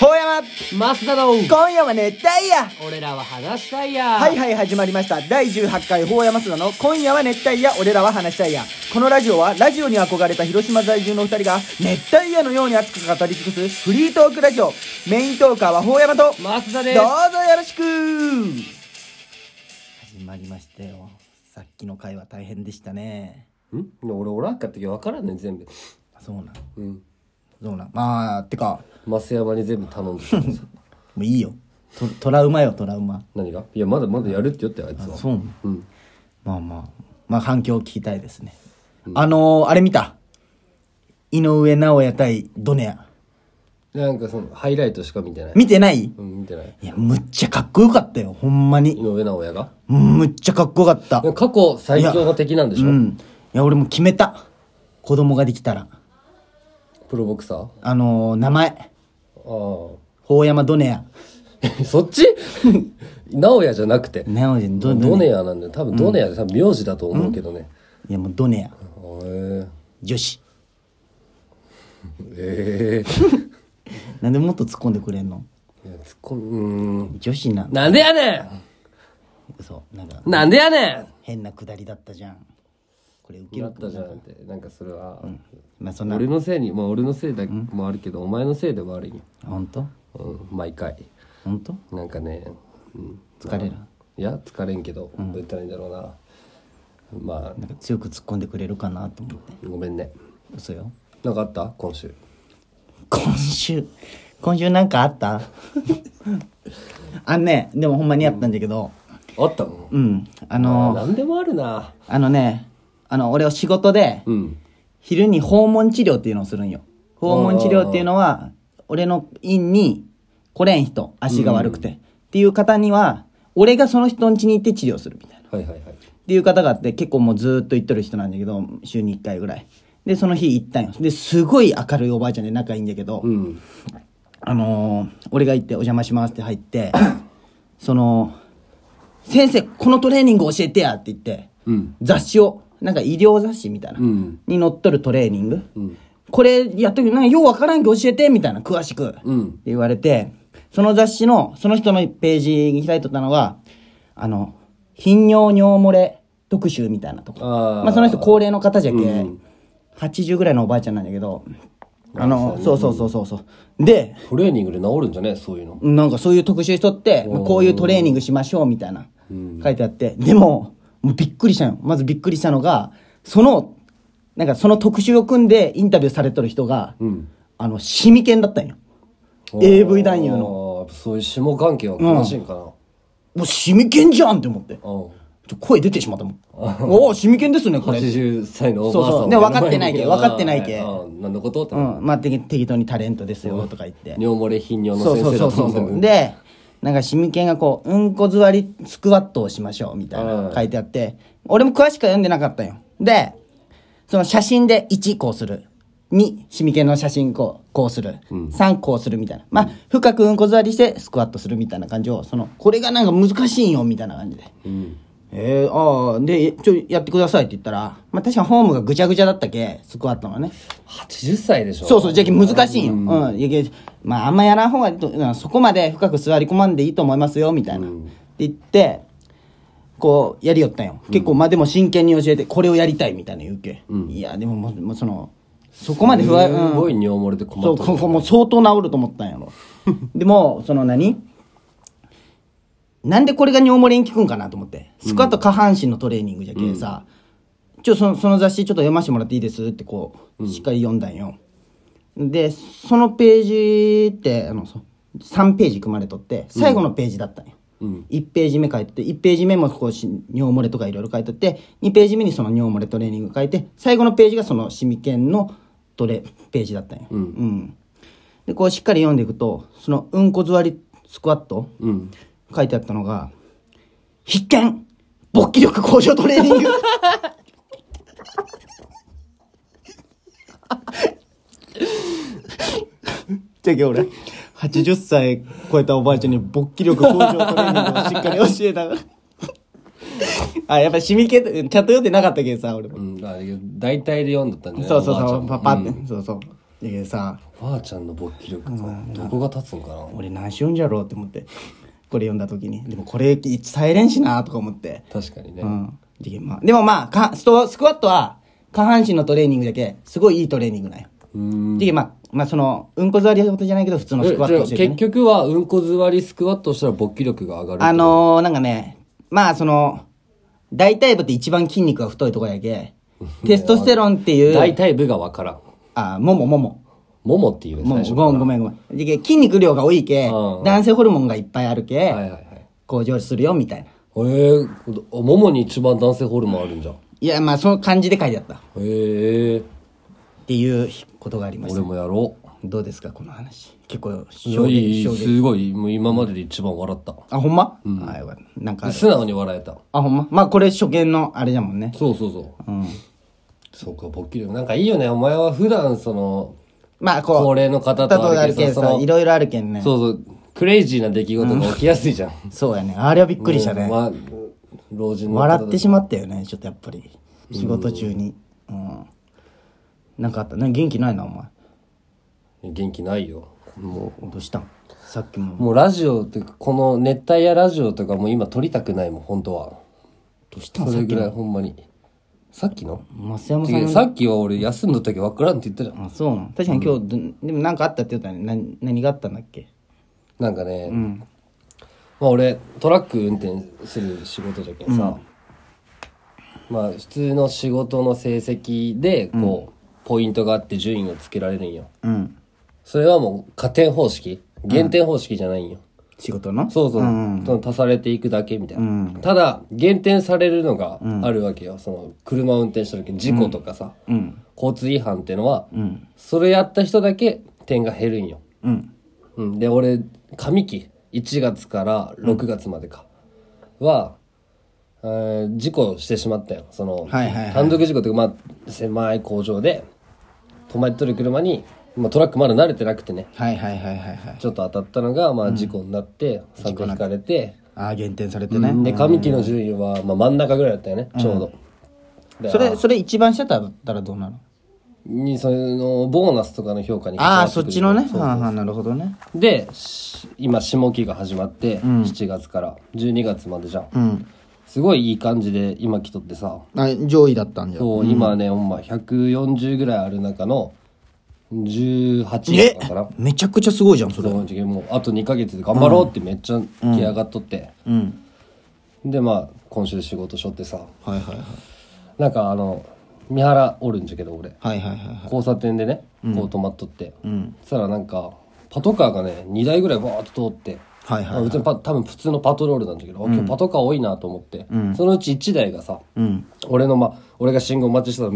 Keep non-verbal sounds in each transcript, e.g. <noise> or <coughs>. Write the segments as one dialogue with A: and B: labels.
A: は
B: 増田の
A: 今夜は熱帯夜
B: 俺らは話したいや
A: はいはい始まりました第18回法山須田の「今夜は熱帯夜俺らは話したいや」このラジオはラジオに憧れた広島在住の2人が熱帯夜のように熱く語り尽くすフリートークラジオメイントーカーは法山とどうぞ
B: 増田です
A: よろしく始まりましたよさっきの回は大変でしたね
B: ん俺おらんかった時分からんねん全部
A: あそうなん
B: うん
A: そうなんまあてか
B: 増山に全部頼んでたんですよ
A: もういいよトトラウマよトラウマ
B: 何がいやまだまだやるって言ってあいつは
A: そうなの
B: うん
A: まあまあ、まあ反響を聞きたいですね。あのー、あれ見た井上尚弥対ドネア。
B: なんかそのハイライトしか見てない
A: 見てない
B: うん見てない
A: いや、むっちゃかっこよかったよ、ほんま
B: 井
A: に。
B: 上尚弥が
A: むっちゃかっこよかった。
B: 過去最強の敵なんでし
A: う
B: ょ
A: ん。いや、俺も決めた。子供ができたら。
B: プロボクサーあ
A: あのー、名前。
B: あ <laughs>
A: 法山ドネア。
B: そっち <laughs> 尚弥じゃなくて
A: 尚弥ド
B: ド
A: ドネ
B: ネ
A: ア。
B: アなんだよ多分ドネアで多分名字だと思うけどね
A: いや、もうドネア。
B: へえ
A: 女子。
B: ええ
A: なんでもっと突っ込んでくれんの
B: いや突っ込むうーん
A: 女子なん
B: なんでやね
A: そう。なんか、
B: んなんでやねん
A: 変なくだりだったじゃん。これウケ
B: な
A: る
B: っ
A: か
B: たじゃんってなんかそれは、
A: まあ、そんな
B: 俺、のせいにまあ俺のせいだもあるけど、お前のせいでもあるよ、
A: 本当
B: うん、毎回
A: 本当
B: なんかね、うん、
A: 疲れる
B: いや疲れんけど、どう言ったらいいんだろうなま
A: なんか強く突っ込んでくれるかなと思って
B: あごめんね
A: 嘘よ
B: なんかあった今週
A: 今 <laughs> 週今週なんかあった <laughs> あのねでもほんまにあったんだけど
B: あったの
A: うんあ
B: あ
A: の
B: 何でもあるな
A: あのねあの俺は仕事で
B: うん
A: 昼に訪問治療っていうのをするんよ訪問治療っていうのは俺の院に来れん人足が悪くて、っていう方には俺がその人の家に行って治療するみたいな
B: はいはいは
A: っ
B: い
A: ていう方があって、結構もうずーっと行っとる人なんだけど、週に1回ぐらい。で、その日行ったんよ。で、すごい明るいおばあちゃんで仲いいんだけど、
B: うん
A: あのー俺が行ってお邪魔しますって入って、 <coughs> その、先生、このトレーニング教えてやって言って、
B: うん
A: 雑誌を、なんか医療雑誌みたいな、
B: うん
A: に載っとるトレーニング、
B: うん
A: これやっとく、なんかようわからんけど教えてみたいな、詳しく。
B: うん
A: って言われて、その雑誌の、その人のページに開いとったのが、あの、頻尿尿漏れ特集みたいなとこ。
B: あー
A: まあその人高齢の方じゃけ、
B: うん
A: 80ぐらいのおばあちゃんなんだけど、あの、そうそうそうそうそう。で、
B: トレーニングで治るんじゃねそういうの
A: なんかそういう特集しとって、まあこういうトレーニングしましょうみたいな、書いてあって、でも、もうびっくりしたよ。まずびっくりしたのが、その、なんかその特集を組んでインタビューされとる人が、
B: ん
A: あの、シミケンだったんよ。AV 男優の。
B: のそういう下関係は詳しいんかな、
A: もうシミケンじゃんって思って。
B: うん
A: ちょ声出てしまったもん。おお、シミケンですね、これ。う
B: 80歳のおばあさん
A: そうそう
B: を
A: で
B: 目の
A: 分か
B: 前に
A: ってないけ
B: いる
A: 分かってないけ
B: ああ何のことって、
A: ん、まあ、て適当にタレントですよ、とか言って。
B: 尿漏れ頻尿
A: そ
B: の
A: う
B: 先
A: そう
B: 生
A: そ
B: だ
A: う
B: と
A: そ
B: 思う
A: う。で、なんかシミケンがこう、うんこ座りスクワットをしましょう、みたいな
B: うん
A: 書いてあって、俺も詳しくは読んでなかったよ。で、その写真で1こうする。2、シミケンの写真こう、こうする。3こうするみたいな。まあ、深くうんこ座りしてスクワットするみたいな感じを、その、これがなんか難しいんよ、みたいな感じで。
B: うん
A: えー、ああ、で、ちょ、やってくださいって言ったら、まあ、確かにフォームがぐちゃぐちゃだったけ、スクワットのね。
B: 80歳でしょ
A: そうそう、じゃけ難しいんよ。うん。やけまあ、あんまやらん方がいいと、うんそこまで深く座り込まんでいいと思いますよ、みたいな。って言って、こう、やりよったんよ。結構、まあでも真剣に教えて、これをやりたいみたいな言うけ。いや、でももう、もうその、そこまで不安、うん
B: すごい尿漏れで困
A: そ
B: っ
A: う、
B: た
A: ここ <laughs> もう相当治ると思ったんやろ。でも、その何なんでこれが尿漏れに効くんかなと思って。スクワット下半身のトレーニングじゃけさ、ちょ、その、その雑誌ちょっと読ませてもらっていいですってこう、しっかり読んだんよ。で、そのページって、あの、そう3ページ組まれとって、最後のページだったんよ。1ページ目書いてて、1ページ目もこうし、尿漏れとかいろいろ書いてて、2ページ目にその尿漏れトレーニング書いて、最後のページがそのシミケンのトレ、ページだったんよ。うんで、こうしっかり読んでいくと、そのうんこ座りスクワット、
B: ん
A: 書いてあったのが、必見勃起力向上トレーニングじゃけ俺、80歳超えたおばあちゃんに勃起力向上トレーニングをしっかり教えながら。あ、やっぱシミケちゃんと読んでなかったけどさ、俺も。
B: うん、あれ大体で読んだったんじゃない
A: そうそう
B: おばあ
A: そ
B: ちゃん
A: う、
B: も
A: パパって、そうそう。やけどさ
B: ばあちゃんの勃起力かどこが立つんかな
A: 俺何しよんじゃろうって思ってこれ読んだ時にでもこれ耐えれんしなとか思って
B: 確かにね、
A: うん。でまあ、でもまあかスト、スクワットは下半身のトレーニングだけ、すごいいいトレーニングなんよ。
B: うん
A: で、まあ、まあその、うんこ座りほどじゃないけど、普通のスクワットをして
B: えじゃあ
A: て、
B: 結
A: ね。
B: 局はうんこ座りスクワットをしたら勃起力が上がる
A: あのー、なんかね、まあその、大腿部って一番筋肉が太いところや
B: <laughs>
A: け、テストステロンっていう、
B: 大体部がわからん
A: あ、もももも。
B: ももっていうね
A: も
B: 最
A: も、ごめ
B: 初
A: んごめんごめん。で筋肉量が多いけ、
B: うん
A: 男性ホルモンがいっぱいあるけ、
B: はいはいはい
A: 向上するよ、みたいな。
B: えー、ももに一番男性ホルモンあるんじゃん
A: いや、まあその感じで書いてあった。っ
B: ええ
A: ていうことがありまし
B: 俺
A: た。
B: もやろう
A: どうですか、この話。結構、
B: い
A: 衝
B: やい
A: 撃、
B: い
A: 衝撃。
B: すごいもう今までで一番笑った
A: あ、ほんま、あ、よかった。なんかある、
B: 素直に笑えた
A: あ、ほんままあ、これ初見のあれじゃもんね。
B: そうそうそう、そうか勃起力なんかいいよねお前は普段その
A: まあ、こう。
B: 高齢の方
A: だと
B: と
A: あ
B: あ
A: る
B: る
A: け
B: け
A: ど
B: どそ
A: さ、
B: の
A: いろいろあるけんね。そう
B: そうそうクレイジーな出来事が起きやすいじゃん
A: やね。あれはびっくりしたね。
B: まあ老人の
A: 笑ってしまったよね、ちょっとやっぱり。仕事中に。うん。なんかあった。なんか元気ないな、お前。
B: 元気ないよも
A: どうしたんさっき
B: う
A: も。
B: もうラジオっていうかこの熱帯夜ラジオとかもう今撮りたくないもん本当は
A: どうしたん
B: それぐらいほんまにさっきの
A: 増山さん
B: 違うさっきは俺休んどったけど分からんって言ったじゃん
A: あ、そうなん。確かに今日ど、でもなんかあったって言ったね。な何があったんだっけ
B: なんかね、まあ俺トラック運転する仕事じゃけんさ、まあ普通の仕事の成績でこう、ポイントがあって順位をつけられるんよ
A: うん。
B: それはもう加点方式減点方式じゃないんよ、
A: 仕事の
B: そうそう、
A: うん
B: その足されていくだけみたいな、ただ減点されるのがあるわけよ、その車を運転した時に事故とかさ、
A: うん。
B: 交通違反ってのは、それやった人だけ点が減るんよ、
A: うん。
B: うん、で俺上期1月から6月までか、は、えー事故してしまったよその、
A: はいはいはい
B: 単独事故というか、まあ、狭い工場で止まっとる車に、まあ、トラックまだ慣れてなくてね
A: はいはいはいはいはい。
B: ちょっと当たったのが、まあ、事故になって、三脚引かれて、
A: ああ、減点されてね。
B: で上期の順位は、まあ、真ん中ぐらいだったよねちょうど、で
A: そ
B: あ
A: れ、それ一番下だったらどうなの
B: にそのボーナスとかの評価に関
A: あ
B: わ
A: あ、
B: てく
A: そ
B: る
A: っちのね。はあはあ、なるほどね。
B: でし今下期が始まって、7月から12月までじゃん、
A: うん。
B: すごいいい感じで今来とってさ
A: あ上位だったんじゃん。
B: そう今ねほんま140ぐらいある中の18とかかな
A: めちゃくちゃすごいじゃん、それ。
B: そうもうあと2ヶ月で頑張ろうってめっちゃ気上がっとって、
A: うん。
B: でまあ今週仕事しょってさ
A: はいはいはい。
B: なんかあの三原おるんじゃけど俺
A: はいはいはいはい。
B: 交差点でねこう止まっとって、そしたらなんかパトカーがね2台ぐらいバーッと通って、
A: はい
B: あ
A: はい。
B: 別にパ多分普通のパトロールなんだけど、今日パトカー多いなと思って、そのうち1台がさ、
A: うん。
B: 俺のま俺が信号待ちしたら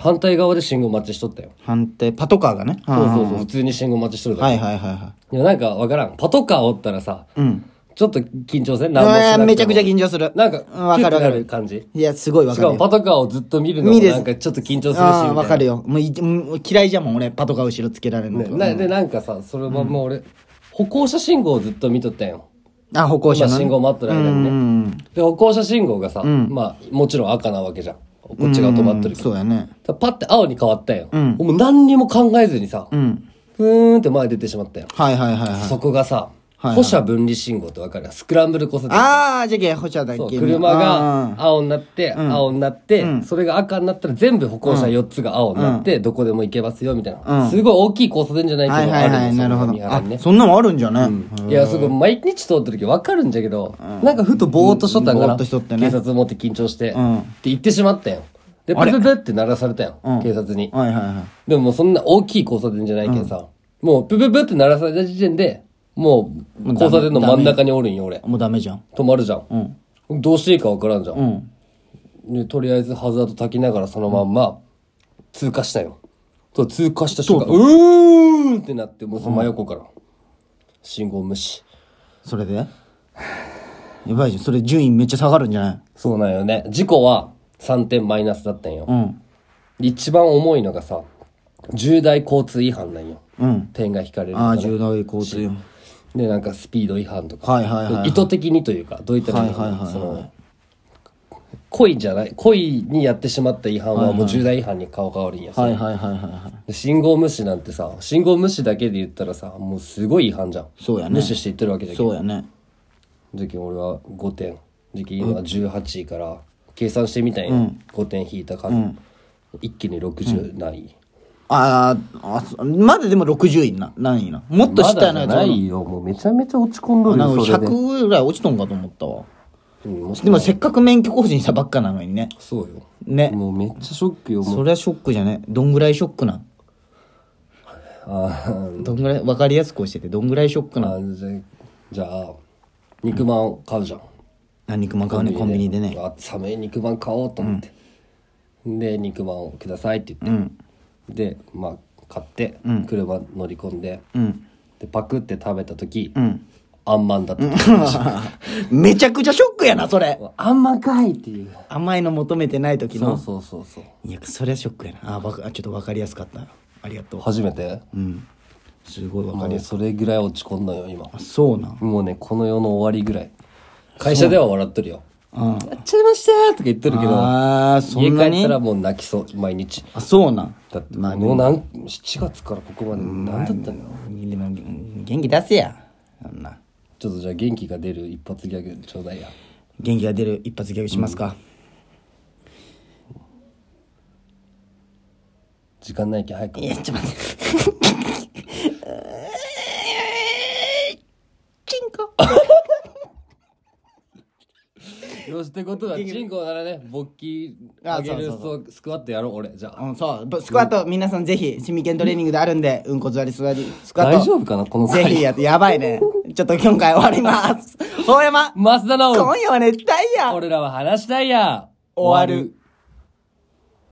B: 反対側で信号待ちしとったよ、
A: 反対、パトカーがね。
B: そう
A: は
B: そうそう普通に信号待ちしとる
A: あ
B: だけ、
A: はいはいはいはい
B: やなんかわからんパトカーおったらさ、
A: い。うん。
B: ちょっと緊張せ
A: う
B: ん何もしな
A: わ
B: く
A: ー
B: ても
A: めちゃくちゃ緊張する。
B: なんか
A: うんわかるわか
B: キュッてな
A: る。
B: 感じ
A: いや、すごいわ
B: し
A: か
B: か
A: る
B: も
A: よ。
B: パトカーをずっと見るの
A: 見
B: も
A: です
B: なんかちょっと緊張するしみた
A: あ
B: い
A: あ、
B: な
A: わかるよ。もうい、もう嫌いじゃんもん、俺。パトカー後ろつけられるの。
B: なでなんかさそれはもう俺、歩行者信号をずっと見とったんよ
A: あ、歩行者
B: 今
A: のね。
B: 信号待ってる間にね、
A: うん。
B: で歩行者信号がさ、まあもちろん赤なわけじゃんこっち側止まってるけど、
A: そうやね。
B: だからパッて青に変わったよ、もう何にも考えずにさ、
A: うん。
B: ふーんって前出てしまったよ、
A: はいはいはいはい。
B: そこがさ、
A: はいはい
B: 歩車分離信号ってわかるスクランブル交差点
A: ああ、じゃけ、歩行者だっ
B: そう
A: け。
B: 車
A: あ
B: が
A: ー。
B: 青になって、青になって、それが赤になったら全部歩行者4つが青になって、どこでも行けますよみたいな、すごい大きい交差点じゃないけど、
A: はいはい
B: あ
A: は
B: る
A: い、
B: んです
A: な
B: よ
A: るほ
B: 三
A: ど。
B: 原
A: あ
B: に、ね
A: そんなもんあるんじゃね。
B: いや、すごい、毎日通ってるけど分かるんじゃけど、なんかふとぼーっとしとったんか
A: ぼー
B: な。
A: っとしとってね
B: 警察持って緊張して、
A: ん
B: って言ってしまったよ。で、パタパタって鳴らされたよ、警察に。
A: はいはいはい。
B: でももうそんな大きい交差点じゃないけんさ、もうプププって鳴らされた時点で、もう交差点の真ん中におるんよ、俺。
A: もうダメじゃん。
B: 止まるじゃん。どうしていいか分からんじゃん。
A: うん。
B: でとりあえずハザード焚きながらそのまんま通過したよ。と通過した瞬間、うーんってなって、もうその真横から。信号無視。
A: それでやばいじゃん。それ順位めっちゃ下がるんじゃない
B: そうなんよね。事故は3点マイナスだったんよ。
A: うん。
B: 一番重いのがさ、重大交通違反なんよ。
A: うん。
B: 点が引かれるの
A: あ
B: が
A: あ、
B: ね、
A: 重大交通違反。
B: で、なんかスピード違反とか。
A: はいはいはいはい
B: 意図的にというか、どういったらいいの
A: はいはいはいはい
B: その、故意じゃない故意にやってしまった違反はもう重大違反に顔変わるんや、
A: はいはいはいはいはい
B: で信号無視なんてさ信号無視だけで言ったらさもうすごい違反じゃん
A: そうやね
B: 無視していってるわけだけど
A: そうやね
B: 時俺は5点時今18位から計算してみたいな、5点引いた数、一気に60ない、
A: あーあそまだでも60位な何位なもっと下やない
B: まだじゃないよもうめちゃめちゃ落ち込んどる
A: なんか
B: よそれで、
A: 100ぐらい落ちとんかと思ったわ
B: うんもう
A: でもせっかく免許更新したばっかなのにね
B: そうよ
A: ね
B: もうめっちゃショックよもう
A: そりゃショックじゃねどんぐらいショックなん
B: あ
A: どんぐらい分かりやすく教えてどんぐらいショック
B: ー
A: なん
B: あーじゃじゃあ肉まん買うじゃん
A: あ肉まん買うねコンビニでね
B: うわ寒い肉まん買おうと思って、で肉まんをくださいって言って、でまあ買って、車乗り込んで、でパクって食べた時、あんまんだった
A: <laughs> めちゃくちゃショックやなそれ
B: あんまんかいっていう
A: 甘いの求めてない時
B: そう
A: の
B: そうそうそう
A: いやそりゃショックやなあわかあちょっと分かりやすかったありがとう
B: 初めて、
A: うんすごい分かり
B: もうそれぐらい落ち込んだよ今
A: やすそうなん
B: もうねこの世の終わりぐらい会社では笑っとるよ
A: うん
B: やっちゃいましたーとか言ってるけど
A: ああそ
B: 家
A: んな
B: 帰っ
A: に
B: たらもう泣きそう毎日
A: あそうなん
B: だって
A: まあ
B: もう何7月からここまで何だったのよ
A: でもうん元気出せやそんな
B: ちょっとじゃあ元気が出る一発ギャグちょうだいや
A: 元気が出る一発ギャグしますか、
B: 時間ないけ早く
A: いやちょっと待ってチンコ
B: よしってことはチンコならね勃起上げる
A: あそう
B: そうスクワットやろう俺じゃあ
A: うん、そうぶスクワット皆さんぜひシミケントレーニングであるんでうんこ座り座りスクワット
B: 大丈夫かなこの
A: ぜひ
B: 回
A: やってやばいねちょっと今回終わります大山
B: 増田直
A: 今夜は熱帯夜
B: 俺らは話したいや
A: 終わる